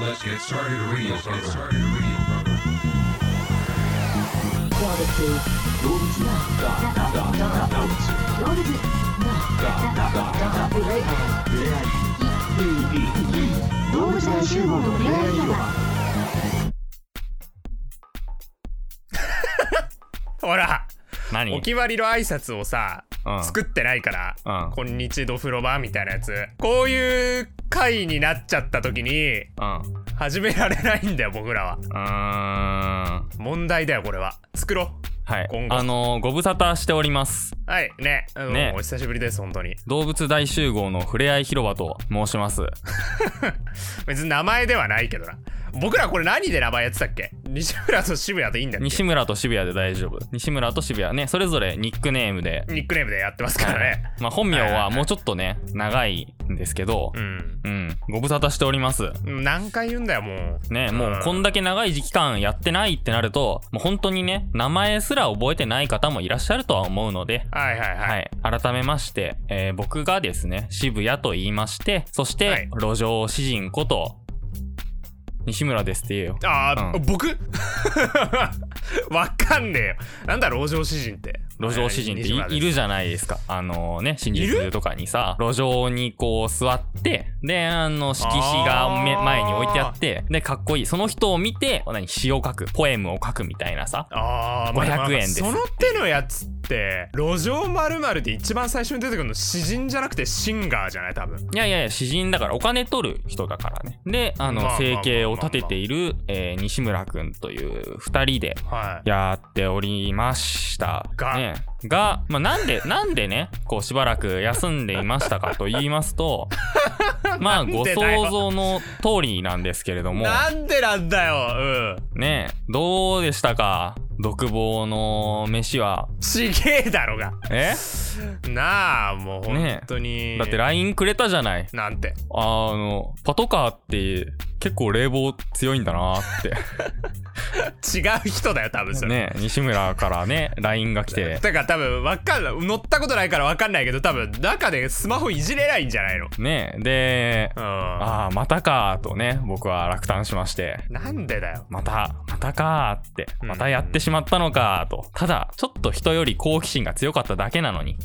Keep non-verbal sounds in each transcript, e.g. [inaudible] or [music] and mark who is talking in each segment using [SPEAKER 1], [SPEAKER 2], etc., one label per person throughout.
[SPEAKER 1] Let's get started radio get started radio
[SPEAKER 2] Dogs
[SPEAKER 3] ほら
[SPEAKER 4] 何
[SPEAKER 3] お決まりの挨拶をさ、
[SPEAKER 4] うん
[SPEAKER 3] 作ってないから、
[SPEAKER 4] うん
[SPEAKER 3] こんにちど風呂場みたいなやつこういう回になっちゃった時に
[SPEAKER 4] うん。う
[SPEAKER 3] 始められないんだよ僕らは
[SPEAKER 4] ーん。は
[SPEAKER 3] 問題だよこれは作ろ
[SPEAKER 4] い
[SPEAKER 3] 今。後
[SPEAKER 4] あのー、ご無沙汰しております。
[SPEAKER 3] うはいね,、うん、
[SPEAKER 4] ね
[SPEAKER 3] お久しぶりです本当に
[SPEAKER 4] 動物大集合のふれあい広場と申します。
[SPEAKER 3] 別に名前ではないけどな僕らこれ何で名前やってたっけ西村と渋谷でいいんだっけ
[SPEAKER 4] 西村と渋谷で大丈夫。西村と渋谷ね、それぞれニックネームで。
[SPEAKER 3] ニックネームでやってますからね
[SPEAKER 4] まあ、本名はもうちょっとね、長いんですけど、
[SPEAKER 3] うん
[SPEAKER 4] うん。ご無沙汰しております。
[SPEAKER 3] 何回言うんだよもう
[SPEAKER 4] ね、もうこんだけ長い期間やってないってなると、もう本当にね、名前すら覚えてない方もいらっしゃるとは思うので、
[SPEAKER 3] はいはいはい、
[SPEAKER 4] はい、改めまして、えー僕がですね渋谷と言いましてそして、
[SPEAKER 3] はい
[SPEAKER 4] 路上詩人こと西村ですって言えよ
[SPEAKER 3] あー、
[SPEAKER 4] う
[SPEAKER 3] 僕 [laughs] わかんねえよなんだ路上詩人って
[SPEAKER 4] 路上詩人ってい,、
[SPEAKER 3] 西村です
[SPEAKER 4] るじゃないですかあのね新
[SPEAKER 3] いる
[SPEAKER 4] 宿とかにさ路上にこう座ってであの色紙がめ
[SPEAKER 3] あー
[SPEAKER 4] 前に置いてあってでかっこいいその人を見て何詩を書くポエムを書くみたいなさ
[SPEAKER 3] ああ、まあ
[SPEAKER 4] 500円です
[SPEAKER 3] その手のやつって路上まるまるで一番最初に出てくるの詩人じゃなくてシンガーじゃない多分
[SPEAKER 4] いやいやいや詩人だからお金取る人だからねであ
[SPEAKER 3] まあま
[SPEAKER 4] の
[SPEAKER 3] あ
[SPEAKER 4] 生計を立てているえー西村くんという2人で
[SPEAKER 3] はい
[SPEAKER 4] やっておりました
[SPEAKER 3] が
[SPEAKER 4] ね、が、まあ、なんでなんでねこうしばらく休んでいましたかと言います
[SPEAKER 3] [laughs]
[SPEAKER 4] とまあ
[SPEAKER 3] ん
[SPEAKER 4] ご
[SPEAKER 3] でだよ
[SPEAKER 4] 想像の通りなんですけれども
[SPEAKER 3] なんでなんだようん
[SPEAKER 4] ねどうでしたか独房の飯は
[SPEAKER 3] ちげえだろが
[SPEAKER 4] え
[SPEAKER 3] なあもう本当に、
[SPEAKER 4] だって LINE くれたじゃない
[SPEAKER 3] なんて
[SPEAKER 4] あのパトカーって結構冷房強いんだな
[SPEAKER 3] 違
[SPEAKER 4] っ
[SPEAKER 3] う人だよ多分 [laughs] そ
[SPEAKER 4] て
[SPEAKER 3] れ、
[SPEAKER 4] ね西村からね LINE が来て
[SPEAKER 3] だから多分わかんない乗ったことないからわかんないけど多分中でスマホいじれないんじゃないの
[SPEAKER 4] ねで
[SPEAKER 3] うん
[SPEAKER 4] ああまたかとね僕は落胆しまして
[SPEAKER 3] なんでだよ
[SPEAKER 4] また、またかーって、
[SPEAKER 3] うん
[SPEAKER 4] またやってしまったのかーと。ただ、ちょっと人より好奇心が強かっただけなのに。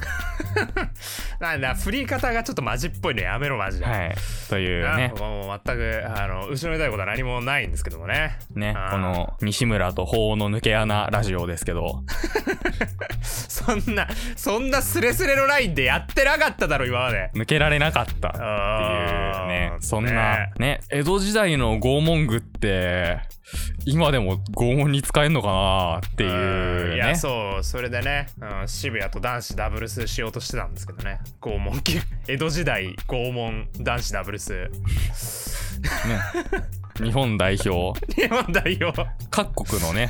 [SPEAKER 3] なんだ振り方がちょっとマジっぽいのやめろマジで、
[SPEAKER 4] はい。という
[SPEAKER 3] ね
[SPEAKER 4] ね、、
[SPEAKER 3] もう全くあの後ろめたいことは何もないんですけどもね
[SPEAKER 4] ね
[SPEAKER 3] あー、
[SPEAKER 4] この西村と法の抜け穴ラジオですけど、
[SPEAKER 3] そんなそんなスレスレのラインでやってなかっただろ今まで
[SPEAKER 4] 抜けられなかったっていう
[SPEAKER 3] あ
[SPEAKER 4] ね
[SPEAKER 3] ー、
[SPEAKER 4] そん
[SPEAKER 3] ね
[SPEAKER 4] な、ね、江戸時代の拷問具って、今でも拷問に使えんのかなーっていう
[SPEAKER 3] い
[SPEAKER 4] ね。
[SPEAKER 3] やそうそれでね、うん、渋谷と男子ダブルスしようとしてたんですけどね拷問 [laughs] 江戸時代拷問男子ダブルス [laughs]
[SPEAKER 4] 日本代表、
[SPEAKER 3] 日本代表
[SPEAKER 4] 各国のね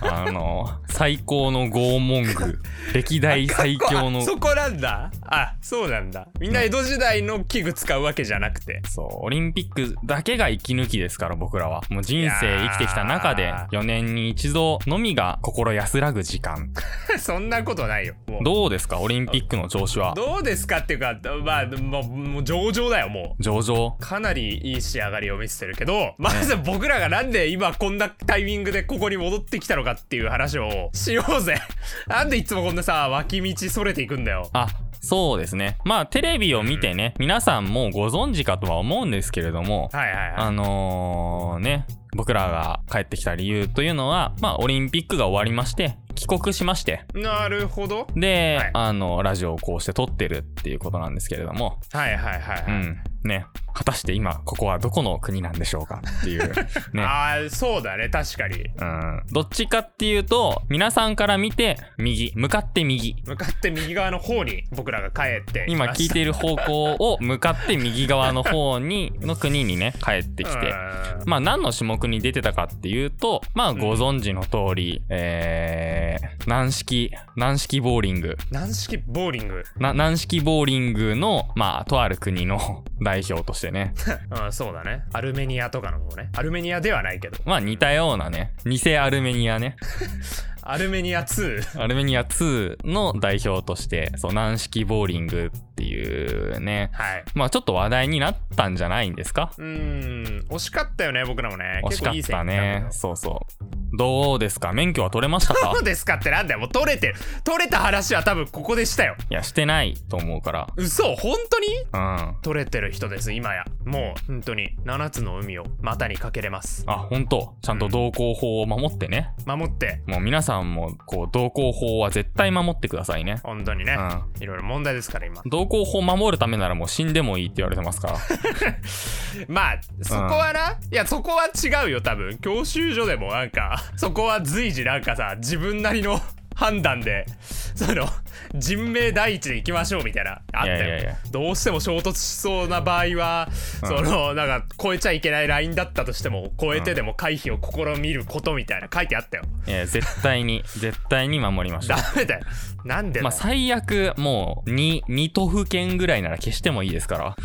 [SPEAKER 4] あの最高の拷問具歴代最強の
[SPEAKER 3] あそこなんだあそうなんだみんな江戸時代の器具使うわけじゃなくて [laughs]
[SPEAKER 4] そうオリンピックだけが息抜きですから僕らはもう人
[SPEAKER 3] いや
[SPEAKER 4] 生
[SPEAKER 3] ー
[SPEAKER 4] 生きてきた中で4年に一度のみが心安らぐ時間
[SPEAKER 3] そんなことないよもう
[SPEAKER 4] どうですかオリンピックの調子は
[SPEAKER 3] どうですかっていうかまあもうもう上々だよもう
[SPEAKER 4] 上々
[SPEAKER 3] かなりいい仕上がりを見せてるけどまず僕らがなんで今こんなタイミングでここに戻ってきたのかっていう話をしようぜ [laughs] なんでいつもこんなさ脇道それていくんだよ
[SPEAKER 4] あそうですねまあテレビを見てね皆さんもうご存知かとは思うんですけれども
[SPEAKER 3] はいはいはい
[SPEAKER 4] あのー、ね、僕らが帰ってきた理由というのは、まあ、オリンピックが終わりまして、帰国しまして、
[SPEAKER 3] なるほど
[SPEAKER 4] で、
[SPEAKER 3] はい
[SPEAKER 4] あの、ラジオをこうして撮ってるっていうことなんですけれども、
[SPEAKER 3] はいはいはいうはい、
[SPEAKER 4] ん、ね、果たして今、ここはどこの国なんでしょうかっ
[SPEAKER 3] [laughs]
[SPEAKER 4] ていう、ね。
[SPEAKER 3] ああそうだね確かに
[SPEAKER 4] うん、どっちかっていうと皆さんから見て右向かって右
[SPEAKER 3] 向かって右側の方に僕らが帰って
[SPEAKER 4] 今聞いている方向を向かって右側の方にの国に
[SPEAKER 3] [laughs]
[SPEAKER 4] ね帰って
[SPEAKER 3] き
[SPEAKER 4] き
[SPEAKER 3] ましてた
[SPEAKER 4] まあ何の種目に出てたかっていうとまあご存知の通り、えー軟式、軟式ボーリング。
[SPEAKER 3] 軟式ボーリング。
[SPEAKER 4] な、軟式ボーリングの、まあ、とある国の [laughs] 代表としてね。
[SPEAKER 3] うん、そうだね。アルメニアとかの方ね。アルメニアではないけど。
[SPEAKER 4] まあ、似たようなね、偽アルメニアね。
[SPEAKER 3] アルメニア2。
[SPEAKER 4] アルメニア2の代表として、そう、軟式ボーリングっていうね、
[SPEAKER 3] はい。
[SPEAKER 4] まあ、ちょっと話題になったんじゃないんですか
[SPEAKER 3] うーん、惜しかったよね、僕らもね。
[SPEAKER 4] 惜し
[SPEAKER 3] 結
[SPEAKER 4] か
[SPEAKER 3] 構
[SPEAKER 4] っ
[SPEAKER 3] いい線い
[SPEAKER 4] た
[SPEAKER 3] ったんだけ
[SPEAKER 4] ね
[SPEAKER 3] ど。
[SPEAKER 4] そうそう。どうですか免許は取れましたか
[SPEAKER 3] ど [laughs] うですかってなんだよ。もう取れてる。取れた話は多分ここでしたよ。
[SPEAKER 4] いや、してないと思うから。
[SPEAKER 3] 嘘本当に
[SPEAKER 4] うん。
[SPEAKER 3] 取れてる人です、今や。もう、本当に、7つの海を股にかけれます。
[SPEAKER 4] あ、本当ちゃんと同行法を守ってね。
[SPEAKER 3] 守って、
[SPEAKER 4] もう皆さんも、こう、同行法は絶対守ってくださいね。
[SPEAKER 3] 本当にね。
[SPEAKER 4] う
[SPEAKER 3] いろいろ問題ですから、今。
[SPEAKER 4] 同行法守るためならもう死んでもいいって言われてま
[SPEAKER 3] [laughs]
[SPEAKER 4] すから。
[SPEAKER 3] まあ、そこはな、いや、そこは違うよ、多分。教習所でもなんか、 [laughs] そこは随時なんかさ、自分なりの判断で、 [laughs] その、人命第一で行きましょうみたいな、あったよ。
[SPEAKER 4] いやいやいや
[SPEAKER 3] どうしても衝突しそうな場合は、その、なんか、超えちゃいけないラインだったとしても、超えてでも回避を試みることみたいな書いてあったよ。
[SPEAKER 4] えー絶対に、絶対に守りまし
[SPEAKER 3] ダ
[SPEAKER 4] た。
[SPEAKER 3] メだよ。なんでだ
[SPEAKER 4] まあ、
[SPEAKER 3] よ
[SPEAKER 4] 最悪、もう、2、2都府県ぐらいなら消してもいいですから。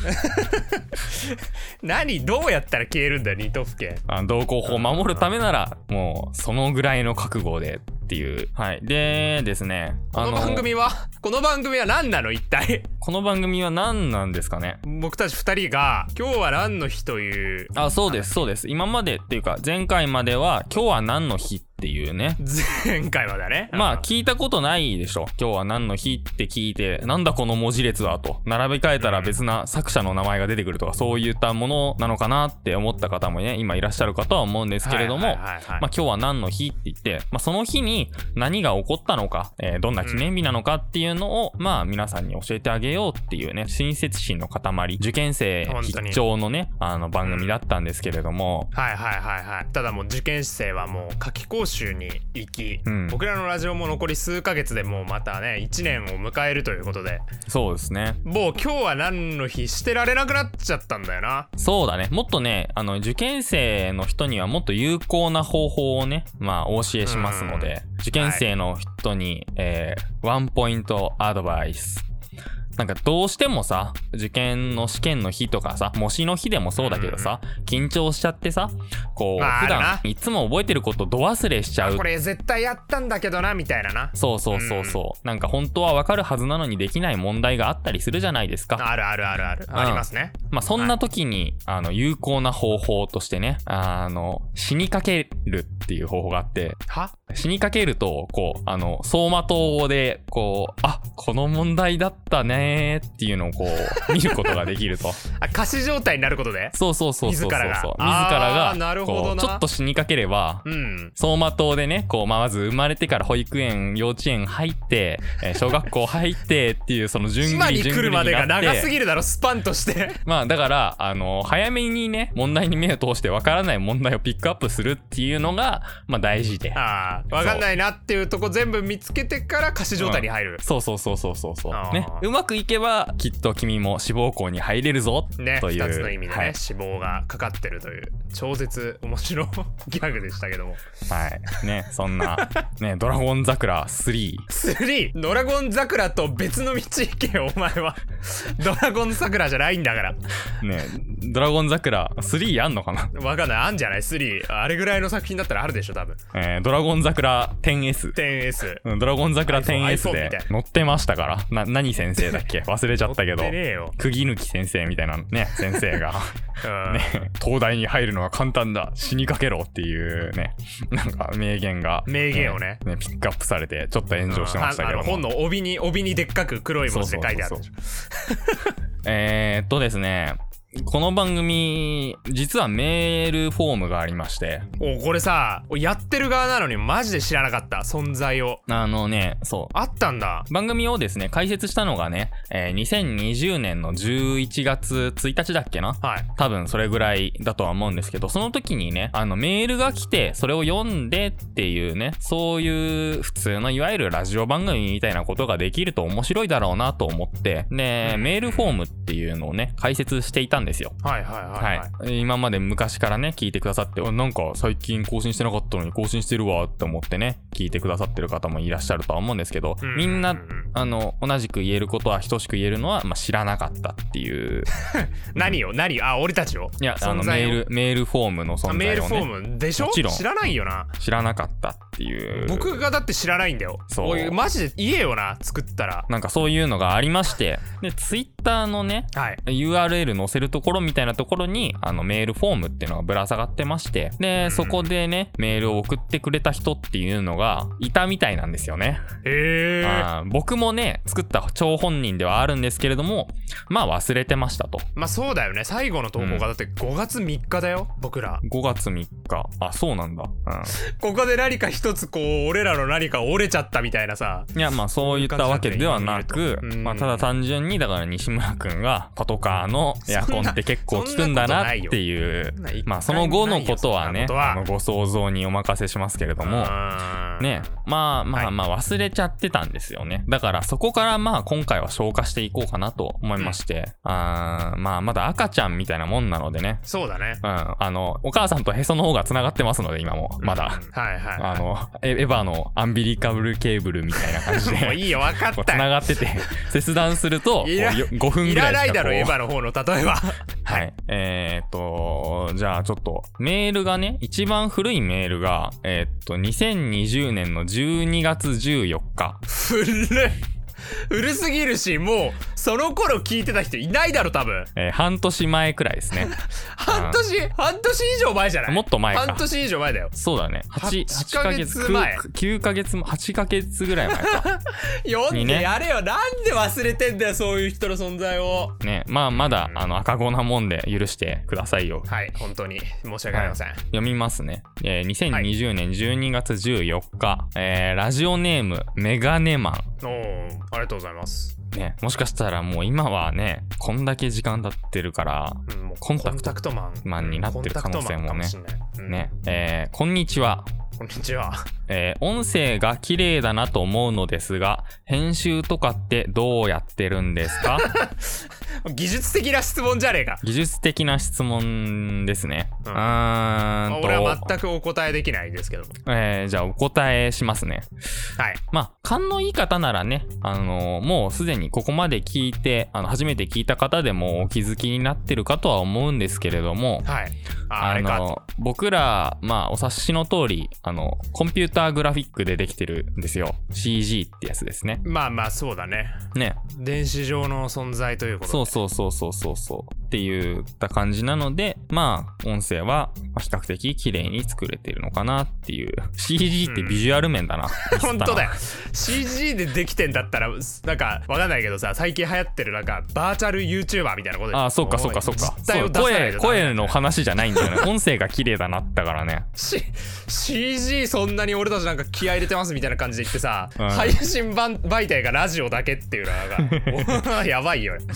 [SPEAKER 3] 何どうやったら消えるんだよ、二都府県。
[SPEAKER 4] あ同行法を守るためなら、もう、そのぐらいの覚悟でっていう。はい。でですね。
[SPEAKER 3] この番組は、この番組は何なの一体。
[SPEAKER 4] この番組は何なんですかね
[SPEAKER 3] 僕たち二人が、今日は何の日という、
[SPEAKER 4] あ、そうです、そうです。今までっていうか、前回までは、今日は何の日っていうね。
[SPEAKER 3] 前回はだね。
[SPEAKER 4] まあ、
[SPEAKER 3] うん
[SPEAKER 4] 聞いたことないでしょ。今日は何の日って聞いて、なんだこの文字列はと。並び替えたら別な作者の名前が出てくるとか、そういったものなのかなって思った方もね、今いらっしゃるかとは思うんですけれど
[SPEAKER 3] はい
[SPEAKER 4] も
[SPEAKER 3] はい、はいはい
[SPEAKER 4] まあ、今日は何の日って言って、まあ、その日に何が起こったのか、えーどんな記念日なのかっていうのを、まあ、皆さんに教えてあげようっていうね、親切心の塊、受験生
[SPEAKER 3] 本当に
[SPEAKER 4] 必聴のね、あの番組だったんですけれども、
[SPEAKER 3] はいはいはいはい。ただもう受験生はもう夏季講習に行き、
[SPEAKER 4] うん
[SPEAKER 3] 僕らのラジオも残り数ヶ月でもうまたね、1年を迎えるということで、
[SPEAKER 4] そうですね。
[SPEAKER 3] もう今日は何の日してられなくなっちゃったんだよな。
[SPEAKER 4] そうだね。もっとね、あの、受験生の人にはもっと有効な方法をね、まあ、お教えしますので、受験生の人に、えーワンポイントアドバイス。なんかどうしてもさ、受験の試験の日とかさ、模試の日でもそうだけどさ、緊張しちゃってさ、こう、
[SPEAKER 3] まあ
[SPEAKER 4] 普
[SPEAKER 3] ある
[SPEAKER 4] 段
[SPEAKER 3] ない
[SPEAKER 4] つも覚えてることど忘れしちゃう
[SPEAKER 3] こ。れ絶対やったんだけどな、みたいなな。
[SPEAKER 4] そうそうそうそう。なんか本当はわかるはずなのにできない問題があったりするじゃないですか。
[SPEAKER 3] あるあるあるある。
[SPEAKER 4] ん
[SPEAKER 3] ありますね。
[SPEAKER 4] まあ、そんな時に、あの、有効な方法としてね、あの、死にかけるっていう方法があって、
[SPEAKER 3] は
[SPEAKER 4] 死にかけると、こう、あの、走馬灯で、こう、あ、この問題だったねーっていうのをこ
[SPEAKER 3] [laughs]
[SPEAKER 4] う、見ることができると。
[SPEAKER 3] あ、仮死状態になることで
[SPEAKER 4] そうそうそうそうそうそう。
[SPEAKER 3] 自らが
[SPEAKER 4] 自
[SPEAKER 3] あ
[SPEAKER 4] ら
[SPEAKER 3] ー
[SPEAKER 4] が
[SPEAKER 3] なるほど
[SPEAKER 4] こう
[SPEAKER 3] な
[SPEAKER 4] ちょっと死にかければ、
[SPEAKER 3] うん。
[SPEAKER 4] 走馬灯でね、こう、まあ、まず生まれてから保育園、幼稚園入って、えー小学校入ってっていう、その順繰
[SPEAKER 3] 今
[SPEAKER 4] り
[SPEAKER 3] に
[SPEAKER 4] 順
[SPEAKER 3] 来
[SPEAKER 4] 繰り
[SPEAKER 3] る
[SPEAKER 4] に
[SPEAKER 3] ま
[SPEAKER 4] なって
[SPEAKER 3] でが長すぎるだろ、スパンとして。
[SPEAKER 4] まあだから、あの、早めにね、問題に目を通してわからない問題をピックアップするっていうのが、まあ大事で。
[SPEAKER 3] ああ、わかんないなっていうとこ全部見つけてから仮死状態に入る。
[SPEAKER 4] そうそうそうそうそうそ
[SPEAKER 3] あー
[SPEAKER 4] う。ね。うまくいけば、きっと君も志望校に入れるぞ。
[SPEAKER 3] ね、
[SPEAKER 4] という。
[SPEAKER 3] 2つの意味でね、
[SPEAKER 4] はい。
[SPEAKER 3] 死亡がかかってるという超絶面白いギャグでしたけど [laughs] も
[SPEAKER 4] はいね、そ
[SPEAKER 3] [laughs]
[SPEAKER 4] んな、ね、ドラゴン桜3。
[SPEAKER 3] 3ドラゴン桜と別の道行けよお前 [laughs] はドラゴン桜じゃないんだから
[SPEAKER 4] ね、ドラゴン桜3あんのかな
[SPEAKER 3] わかんないあんじゃない3あれぐらいの作品だったらあるでしょ多分
[SPEAKER 4] えー、ドラゴン桜 10S。
[SPEAKER 3] 10S
[SPEAKER 4] うんドラゴン桜
[SPEAKER 3] iPhone
[SPEAKER 4] 10S
[SPEAKER 3] み
[SPEAKER 4] で
[SPEAKER 3] たい
[SPEAKER 4] 乗ってましたから。な、何先生だっけ忘れちゃったけど
[SPEAKER 3] 乗っ。てねえよ
[SPEAKER 4] 釘抜き先生みたいなね、先生が。
[SPEAKER 3] うん、
[SPEAKER 4] ね、 [laughs] 東大に入るのは簡単だ死にかけろっていうね [laughs] なんか名言が
[SPEAKER 3] 名言をね
[SPEAKER 4] ねピックアップされてちょっと炎上してましたけ
[SPEAKER 3] ああの
[SPEAKER 4] ども
[SPEAKER 3] 本の帯に帯にでっかく黒い文字で書いてある
[SPEAKER 4] そうそうえー、っとですねこの番組実はメールフォームがありまして
[SPEAKER 3] おこれさやってる側なのにマジで知らなかった存在を
[SPEAKER 4] あのねそう
[SPEAKER 3] あったんだ
[SPEAKER 4] 番組をですね解説したのがね、えー2020年の11月1日だっけな
[SPEAKER 3] はい
[SPEAKER 4] 多分それぐらいだとは思うんですけど、その時にね、あのメールが来て、それを読んでっていうね、そういう普通のいわゆるラジオ番組みたいなことができると面白いだろうなと思って、で、メールフォームっていうのをね、解説していたんですよ。
[SPEAKER 3] はいはいはいは、
[SPEAKER 4] はいい、今まで昔からね、聞いてくださって、おなんか最近更新してなかったのに更新してるわって思ってね、聞いてくださってる方もいらっしゃるとは思うんですけど、みん
[SPEAKER 3] う
[SPEAKER 4] な
[SPEAKER 3] う、う
[SPEAKER 4] あの、同じく言えることは等しく言えるのは、まあ、知らなかったっていう。
[SPEAKER 3] 何を何あ俺たちを
[SPEAKER 4] いや、あの、
[SPEAKER 3] 存
[SPEAKER 4] メ
[SPEAKER 3] 在を
[SPEAKER 4] ール、メールフォームの存在
[SPEAKER 3] あ
[SPEAKER 4] をね。
[SPEAKER 3] メールフォームでしょ
[SPEAKER 4] もちろん
[SPEAKER 3] 知らないよな
[SPEAKER 4] 知らなかったっていう。
[SPEAKER 3] 僕がだって知らないんだよ
[SPEAKER 4] そう
[SPEAKER 3] おいマジで言えよな作ったら
[SPEAKER 4] なんかそういうのがあり
[SPEAKER 3] [laughs]
[SPEAKER 4] まして、で、ツイッターのね、
[SPEAKER 3] はい、
[SPEAKER 4] URL 載せるところみたいなところに、あの、メールフォームっていうのがぶら下がってまして、で、そこでね、メールを送ってくれた人っていうのが、いたみたいなんですよね。
[SPEAKER 3] へえ
[SPEAKER 4] あー僕もね、作った張本人ではあるんですけれども、まあ忘れてましたと。
[SPEAKER 3] まあそうだよね最後の投稿がだって5月3日だよ僕ら
[SPEAKER 4] 5月3日。あ、そうなんだ。う
[SPEAKER 3] ここで何か一つこう俺らの何か折れちゃったみたいなさ
[SPEAKER 4] ん。いや、まあそういったわけではなく、
[SPEAKER 3] うん
[SPEAKER 4] まあただ単純に、だから西村くんがパトカーのエアコンって結構効くんだなってい
[SPEAKER 3] そんなこ
[SPEAKER 4] う
[SPEAKER 3] とないよ、
[SPEAKER 4] まあその後のことはね、
[SPEAKER 3] そんなことないよ
[SPEAKER 4] あのご想像にお任せしますけれども、
[SPEAKER 3] う
[SPEAKER 4] ね、まあま
[SPEAKER 3] は
[SPEAKER 4] あ
[SPEAKER 3] い
[SPEAKER 4] まあ忘れちゃってたんですよね。だからそこからまあ今回は消化していこうかなと思いまして、あーまあまだ赤ちゃんみたいなもんなのでね、
[SPEAKER 3] そうだね
[SPEAKER 4] うん、あの、お母さんとへその方が繋がってますので今も、まだ。
[SPEAKER 3] うんはいはい
[SPEAKER 4] あの、エエヴァのアンビリカブルケーブルみたいな感じ
[SPEAKER 3] もうい
[SPEAKER 4] で、
[SPEAKER 3] いよ分か
[SPEAKER 4] [laughs] こう
[SPEAKER 3] った
[SPEAKER 4] 繋
[SPEAKER 3] よ
[SPEAKER 4] がって
[SPEAKER 3] [laughs]
[SPEAKER 4] て、切断すると、こう
[SPEAKER 3] いら
[SPEAKER 4] よ5分
[SPEAKER 3] い
[SPEAKER 4] ぐら
[SPEAKER 3] ら
[SPEAKER 4] いし
[SPEAKER 3] ないだ
[SPEAKER 4] か
[SPEAKER 3] ろ
[SPEAKER 4] こう
[SPEAKER 3] エヴァの方の例えば
[SPEAKER 4] はい。えー、っと、じゃあちょっと、メールがね、一番古いメールが、えーっと、2020年の12月14日。
[SPEAKER 3] 古い古すぎるしもうその頃聞いてた人いないだろ多分
[SPEAKER 4] えー半年前くらいです
[SPEAKER 3] [laughs]
[SPEAKER 4] ね。
[SPEAKER 3] 半年半年以上前じゃない
[SPEAKER 4] もっと前か
[SPEAKER 3] 半年以上前だよ
[SPEAKER 4] そうだね。8、
[SPEAKER 3] 八
[SPEAKER 4] 八ヶ月、
[SPEAKER 3] ヶ月前
[SPEAKER 4] 9ヶ月、8ヶ月ぐらい前
[SPEAKER 3] [laughs]
[SPEAKER 4] か。
[SPEAKER 3] 読
[SPEAKER 4] に
[SPEAKER 3] ん
[SPEAKER 4] ね
[SPEAKER 3] でやれよ、なんで忘れてんだよそういう人の存在を
[SPEAKER 4] ね。まあ、まだ、あの、赤子なもんで許してくださいよ。
[SPEAKER 3] はい本当に申し訳ありません、
[SPEAKER 4] 読みますね。えー2020年12月14日、えーラジオネーム、メガネマン。
[SPEAKER 3] おーありがとうございます、
[SPEAKER 4] ね、もしかしたらもう今はね、こんだけ時間経ってるから、
[SPEAKER 3] うん、もう
[SPEAKER 4] コンタクト
[SPEAKER 3] トマン
[SPEAKER 4] マンになってる可能性もね
[SPEAKER 3] コンタクトマンかしんないうん
[SPEAKER 4] ね、えーこんにちは。
[SPEAKER 3] こんにちは
[SPEAKER 4] えー音声が綺麗だなと思うのですが、編集とかってどうやってるんです
[SPEAKER 3] [laughs]
[SPEAKER 4] か
[SPEAKER 3] 技術的な質問じゃねえか、
[SPEAKER 4] 技術的な質問ですね。う
[SPEAKER 3] うん
[SPEAKER 4] ーん
[SPEAKER 3] まあ
[SPEAKER 4] と、
[SPEAKER 3] 俺は全くお答えできないですけども
[SPEAKER 4] えーじゃあお答えしますね。
[SPEAKER 3] はい
[SPEAKER 4] まあ、勘のいい方ならね、あのーもうすでにここまで聞いて、あの、初めて聞いた方でもお気づきになってるかとは思うんですけれども、
[SPEAKER 3] はいああれか
[SPEAKER 4] の、僕ら、まあ、お察しの通り、あの、コンピューターグラフィックでできてるんですよ。CG ってやつですね。
[SPEAKER 3] まあまあそうだね
[SPEAKER 4] ね。
[SPEAKER 3] 電子上の存在ということで
[SPEAKER 4] そうそうそうそうそうそう。っていうた感じなので、まあ、音声はまあ比較的綺麗に作れてるのかなっていう。CG ってビジュアル面だな。
[SPEAKER 3] 本当だ
[SPEAKER 4] よ。
[SPEAKER 3] よ CG でできてんだったらなんかわかんないけどさ最近流行ってるなんかバーチャル YouTuber みたいなことでしょ
[SPEAKER 4] ああ、そっかそっかそっか。
[SPEAKER 3] 実
[SPEAKER 4] そ
[SPEAKER 3] 体を
[SPEAKER 4] う
[SPEAKER 3] 出さない
[SPEAKER 4] 声、
[SPEAKER 3] と
[SPEAKER 4] 声の話じゃないんだよね。音声が綺麗だなったからね。
[SPEAKER 3] し CG そんなに俺たちなんか気合い入れてますみたいな感じで言ってさ、
[SPEAKER 4] うん
[SPEAKER 3] 配信版媒体がラジオだけっていうのはなんか [laughs] やばいよ
[SPEAKER 4] うん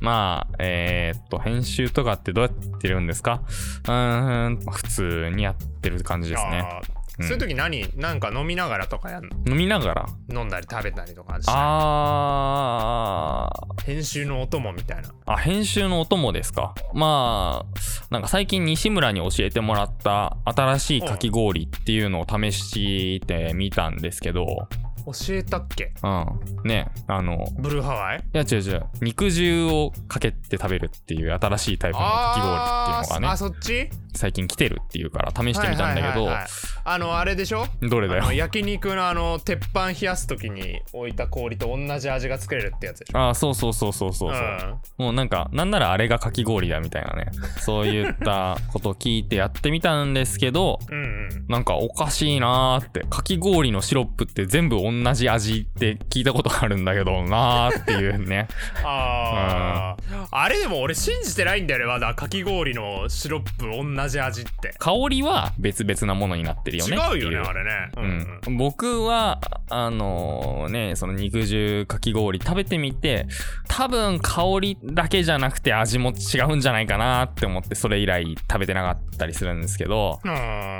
[SPEAKER 4] まあ、えーっと、編集とかってどうやってるんですかうーん、普通にやってる感じですね。
[SPEAKER 3] あー
[SPEAKER 4] うん
[SPEAKER 3] そういう時何なんか飲みながらとかやん
[SPEAKER 4] 飲みながら。
[SPEAKER 3] 飲んだり食べたりとかしない
[SPEAKER 4] あ
[SPEAKER 3] 編集のお供みたいな
[SPEAKER 4] ーあ、編集のお供ですか。まあ、なんか最近西村に教えてもらった新しいかき氷っていうのを試してみたんですけど、
[SPEAKER 3] 教えたっけ
[SPEAKER 4] うん。ね、あの、
[SPEAKER 3] ブルーハワイ
[SPEAKER 4] いや違う違う、肉汁をかけて食べるっていう新しいタイプのかき氷ってい
[SPEAKER 3] あ
[SPEAKER 4] うの
[SPEAKER 3] ー
[SPEAKER 4] が
[SPEAKER 3] あ
[SPEAKER 4] ね、
[SPEAKER 3] そっち
[SPEAKER 4] 最近来てるっていうから試してみたんだけ
[SPEAKER 3] はい
[SPEAKER 4] ど
[SPEAKER 3] はいはい、はいあのあれでしょ
[SPEAKER 4] どれだよ
[SPEAKER 3] あの。焼肉のあの鉄板冷やす時に置いた氷と同じ味が作れるってやつでしょ
[SPEAKER 4] ああ、そうそうそうそうそうそ
[SPEAKER 3] う
[SPEAKER 4] う。
[SPEAKER 3] ん
[SPEAKER 4] もうなんか、なんならあれがかき氷だみたいなね。
[SPEAKER 3] [laughs]
[SPEAKER 4] そういったことを聞いてやってみたんですけど、
[SPEAKER 3] うんうん
[SPEAKER 4] なんかおかしいなーって。かき氷のシロップって全部同じ味って聞いたことあるんだけどなーっていうね。
[SPEAKER 3] あーあれでも俺信じてないんだよねまだかき氷のシロップ同じ味って
[SPEAKER 4] 香りは別々なものになってるよねって
[SPEAKER 3] 違うよねあれねう
[SPEAKER 4] うん、僕はあのねその肉汁かき氷食べてみて多分香りだけじゃなくて味も違うんじゃないかなって思ってそれ以来食べてなかったりするんですけど
[SPEAKER 3] うん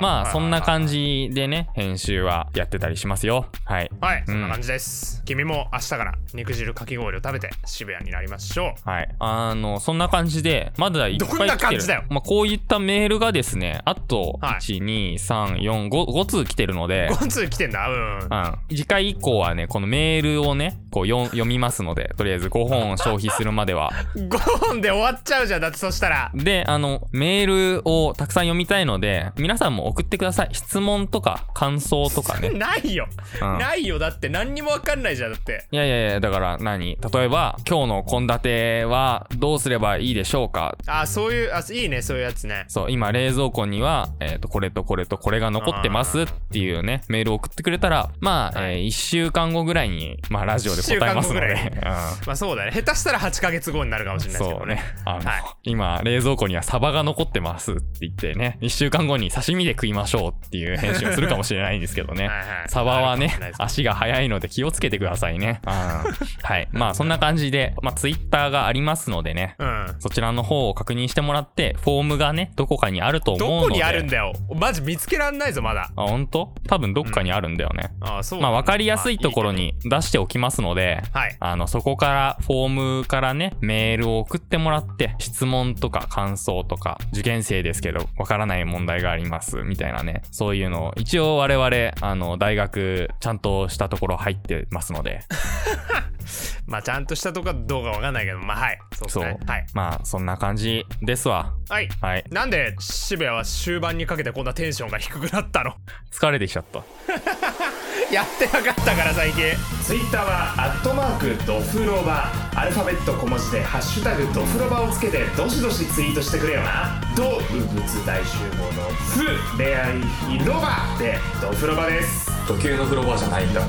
[SPEAKER 4] まあそんな感じでね、編集はやってたりしますよ。はい。
[SPEAKER 3] はい、
[SPEAKER 4] う
[SPEAKER 3] そ
[SPEAKER 4] ん
[SPEAKER 3] んな感じです。君も明日から肉汁かき氷を食べて渋谷になりましょ
[SPEAKER 4] はい。あの、そんな感じで、まだいっ
[SPEAKER 3] ど
[SPEAKER 4] ぱ
[SPEAKER 3] ん
[SPEAKER 4] い
[SPEAKER 3] な
[SPEAKER 4] 来て
[SPEAKER 3] 感
[SPEAKER 4] る
[SPEAKER 3] じだよ。
[SPEAKER 4] まあ、こういったメールがですね、あと、
[SPEAKER 3] はい
[SPEAKER 4] 1、2、3、4、5、5通来てるので
[SPEAKER 3] う。、
[SPEAKER 4] [laughs]
[SPEAKER 3] ゴンツー来てんだ。うん。
[SPEAKER 4] うん。次回以降はね、このメールをね、こう読読みますので、とりあえず5本消費するまでは。
[SPEAKER 3] 5本で終わっちゃうじゃん。だってそしたら。
[SPEAKER 4] で、あの、メールをたくさん読みたいので、皆さんも送ってください。質問とか、感想とかね。
[SPEAKER 3] ないよ、
[SPEAKER 4] うん
[SPEAKER 3] ないよ。だって何にもわかんないじゃん。だって。
[SPEAKER 4] いやいやいや、だから何例えば、今日の献立はどうすればいいでしょうか
[SPEAKER 3] あ、そういう、あ、いいね、そういうやつね。
[SPEAKER 4] そう、今冷蔵庫には、えっ、と、これとこれとこれが残ってますっていうね、メールを送ってくれたら、まあ、え1週間後ぐらいに、まあ、ラジオで答えますの
[SPEAKER 3] 一週間後
[SPEAKER 4] で。 [laughs]
[SPEAKER 3] まあそうだね。下手したら8ヶ月後になるかもし
[SPEAKER 4] うん
[SPEAKER 3] れないですけ
[SPEAKER 4] そ
[SPEAKER 3] ど
[SPEAKER 4] うね
[SPEAKER 3] ね。。
[SPEAKER 4] あ
[SPEAKER 3] [laughs]
[SPEAKER 4] の、
[SPEAKER 3] はい
[SPEAKER 4] 今、冷蔵庫にはサバが残ってますって言ってね、1週間後に刺身で食いましょうっていう編集をするかもしれないんですけどね。
[SPEAKER 3] はいはい
[SPEAKER 4] サバは
[SPEAKER 3] あるかも
[SPEAKER 4] ね
[SPEAKER 3] しれないです、
[SPEAKER 4] 足が速いので気をつけてくださいね。うんはい。まあ、そんな感じで、まあ、ツイッターがありますのでね、
[SPEAKER 3] うん。
[SPEAKER 4] そちらの方を確認してもらって、フォームがね、どこかにあると思う
[SPEAKER 3] ど
[SPEAKER 4] ので。
[SPEAKER 3] こにあるんだよ。マジ見つけらんないぞ、まだ。
[SPEAKER 4] あ、本当？多分どっかにあるんだよね。
[SPEAKER 3] あそうな
[SPEAKER 4] まあ、
[SPEAKER 3] んだ
[SPEAKER 4] わかりやすいところ。に出しておきますので、
[SPEAKER 3] まあいいけどはい。
[SPEAKER 4] あの、そこから、フォームからね、メールを送ってもらって、質問とか感想とか、受験生ですけど、わからない問題があります、みたいなね、そういうのを、一応我々、あの、大学、ちゃんとしたところ入ってますので、
[SPEAKER 3] まあちゃんとしたとこかどうかわかんないけど、まあはい。そうです
[SPEAKER 4] そう
[SPEAKER 3] ね。はい。
[SPEAKER 4] まあ、そんな感じですわ。
[SPEAKER 3] はい。
[SPEAKER 4] はい。
[SPEAKER 3] なんで渋谷は終盤にかけてこんなテンションが低くなったの
[SPEAKER 4] 疲れてきちゃった。
[SPEAKER 3] [laughs] やってなかったから最近ツイッターはアットマークドフロバアルファベット小文字で「ハッシュタグドフロバ」をつけてどしどしツイートしてくれよな動物大集合の「フ恋愛広場」でドフロバです
[SPEAKER 4] 時計の風呂場じゃないんだ。